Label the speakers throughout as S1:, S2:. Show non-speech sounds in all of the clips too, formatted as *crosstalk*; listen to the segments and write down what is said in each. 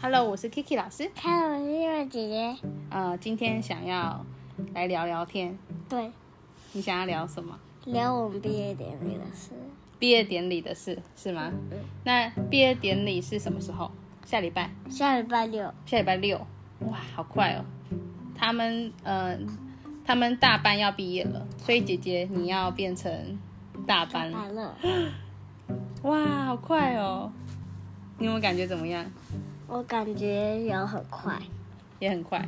S1: Hello，我是 Kiki 老师。
S2: 看我是月儿姐姐，
S1: 呃，今天想要来聊聊天，
S2: 对，
S1: 你想要聊什么？
S2: 聊我们毕业典礼的事，
S1: 毕业典礼的事是吗？那毕业典礼是什么时候？下礼拜，
S2: 下礼拜六，
S1: 下礼拜六。哇，好快哦！他们呃，他们大班要毕业了，所以姐姐你要变成大班了。
S2: 快乐。
S1: 哇，好快哦！你有没有感觉怎么样？
S2: 我感觉有很快，
S1: 也很快。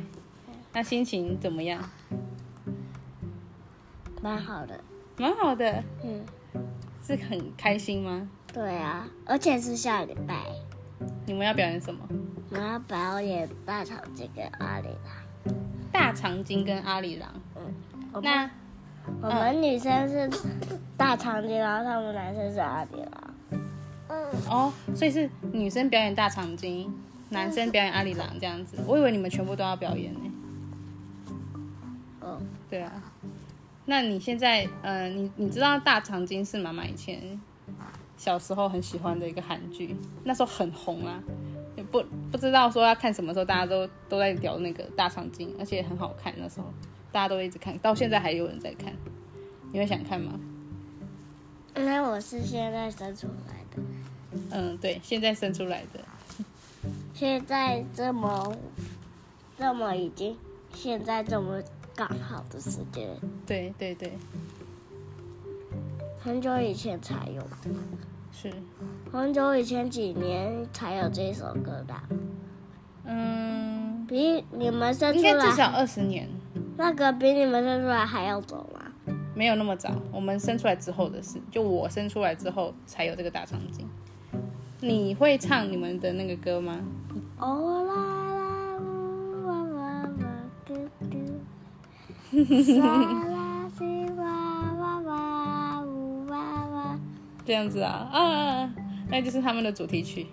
S1: 那心情怎么样？
S2: 蛮好的，
S1: 蛮好的，
S2: 嗯，
S1: 是很开心吗？
S2: 对啊，而且是下礼拜，
S1: 你们要表演什么？
S2: 我要表演大长今跟阿里啦。嗯
S1: 大长今跟阿里郎。
S2: 我们
S1: 那
S2: 我们女生是大长今，然后他们男生是阿里啦。嗯，
S1: 哦，所以是女生表演大长今，男生表演阿里郎这样子。我以为你们全部都要表演呢、
S2: 哦，
S1: 对啊，那你现在，呃，你你知道大长今是妈妈以前小时候很喜欢的一个韩剧，那时候很红啊，也不不知道说要看什么时候，大家都都在聊那个大长今，而且很好看，那时候大家都一直看到现在还有人在看，你会想看吗？
S2: 那我是现在生出来的，
S1: 嗯，对，现在生出来的，
S2: 现在这么这么已经现在这么刚好的时间。
S1: 对对对，
S2: 很久以前才有，
S1: 是，
S2: 很久以前几年才有这首歌的，
S1: 嗯，
S2: 比你们生
S1: 应
S2: 出
S1: 该至少
S2: 来
S1: 二十年，
S2: 那个比你们生出来还要早吗？
S1: 没有那么早，我们生出来之后的事，就我生出来之后才有这个大长今。你会唱你们的那个歌吗？
S2: 哦啦啦呜哇哇哇嘟嘟，啦啦西哇哇哇呜哇哇，
S1: 这样子啊啊，那就是他们的主题曲。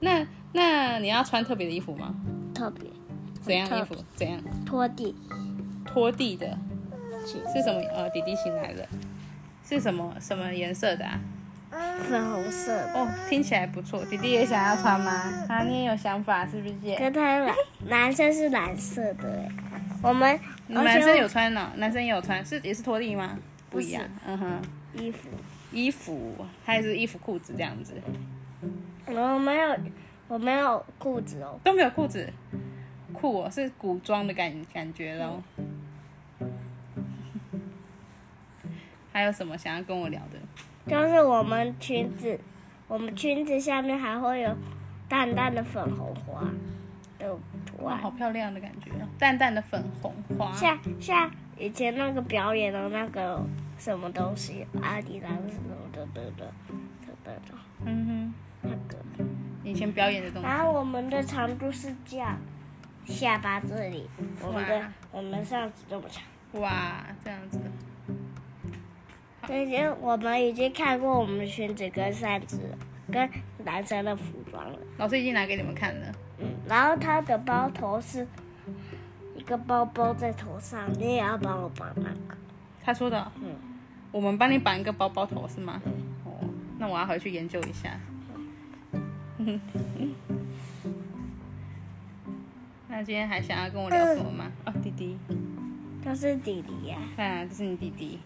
S1: 那那你要穿特别的衣服吗？
S2: 特别
S1: 怎样
S2: 特
S1: 衣服？怎样
S2: 拖地，
S1: 拖地的？
S2: 其实
S1: 是什么？呃、弟弟醒来了，是什么什么颜色的啊？
S2: 粉红色的，
S1: 哦，听起来不错。弟弟也想要穿吗？啊，你也有想法是不是姐？
S2: 跟他们男生是蓝色的欸，我们
S1: 你嗯们男生有
S2: 而且
S1: 穿呢、男生也有穿，是也是拖地吗？不一样，嗯哼。
S2: 我衣服。
S1: 衣服，还是衣服、裤子这样子，
S2: 我没有，我没有裤子哦。
S1: 都没有裤子，酷哦，是古装的感感觉咯。嗯 *laughs* 还有什么想要跟我聊的？
S2: 就是我们裙子，我们裙子下面还会有淡淡的粉红花的图
S1: 哇，
S2: 案
S1: 好。漂亮的感觉哦，淡淡的粉红花。
S2: 像像以前那个表演的那个什么东西，阿迪达斯什么的的的的的的
S1: 嗯
S2: 那个。
S1: 哼，以前表演的东西。
S2: 然后我们的长度是这样，下巴这里，我们的
S1: 哇
S2: 我们上子这么长。
S1: 哇，这样子，
S2: 这些我们已经看过我们的裙子跟扇子了，跟男生的服装了。
S1: 老师已经拿给你们看了。
S2: 嗯，然后他的包头是一个包包在头上，你也要帮我绑那个。
S1: 他说的哦，
S2: 嗯，
S1: 我们帮你绑一个包包头是吗？哦，那我要回去研究一下。 *laughs* 那今天还想要跟我聊什么吗？哦，弟弟，
S2: 他是弟弟呀、
S1: 啊，这是你弟弟，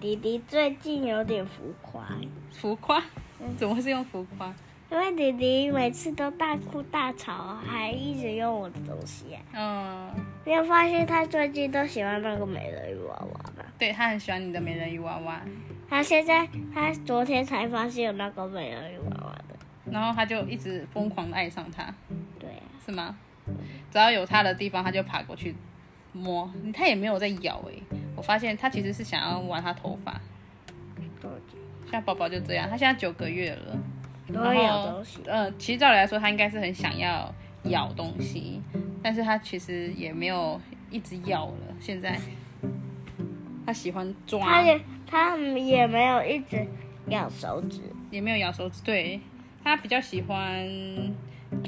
S2: 弟弟最近有点浮夸，
S1: 浮夸，怎么会是用浮夸？
S2: 因为弟弟每次都大哭大吵，还一直用我的东西、啊。
S1: 嗯，
S2: 你有发现他最近都喜欢那个美人鱼娃娃吗？
S1: 对他很喜欢你的美人鱼娃娃，
S2: 他现在他昨天才发现有那个美人鱼娃娃的，
S1: 然后他就一直疯狂的爱上他，
S2: 对呀、
S1: 是吗？只要有他的地方，他就爬过去摸，他也没有在咬诶、我发现他其实是想要玩他头发，
S2: 对，
S1: 像宝宝就这样，他现在九个月了。
S2: 都
S1: 然
S2: 有
S1: 后
S2: 嗯东西。
S1: 呃，其实照理来说，他应该是很想要咬东西，但是他其实也没有一直咬了。现在他喜欢抓
S2: 他，也他也没有一直咬手指，
S1: 也没有咬手指，对他比较喜欢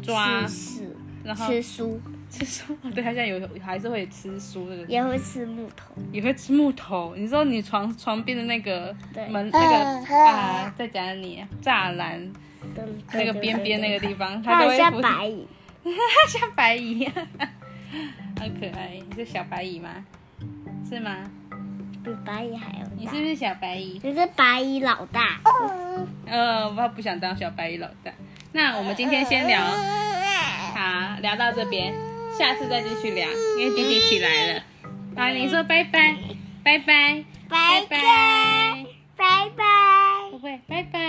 S1: 抓，
S2: 是是
S1: 啊然后
S2: 吃书，
S1: 吃书。 *laughs* 对他现在有还是会吃书这个，
S2: 也会吃木头。
S1: 也会吃木头。你说你床床边的那个
S2: 对嗯
S1: 门那个啊，在讲你栅栏
S2: 对
S1: 那个边边那个，
S2: 对对对
S1: 地方，
S2: 它
S1: 都
S2: 很
S1: 会
S2: 像
S1: 不
S2: 白蚁，
S1: *laughs* 像白蚁，好可爱，你是小白蚁吗？是吗？
S2: 比白蚁还要
S1: 你
S2: 大
S1: 是。不是小白蚁？
S2: 你是白蚁老大。
S1: 呃，我不想当小白蚁老大。那我们今天先聊，好，聊到这边，下次再继续聊，因为弟弟起来了。好，你说拜拜，拜拜，
S2: 拜拜
S1: 拜，
S2: 拜拜。
S1: 不会，拜拜。 *laughs*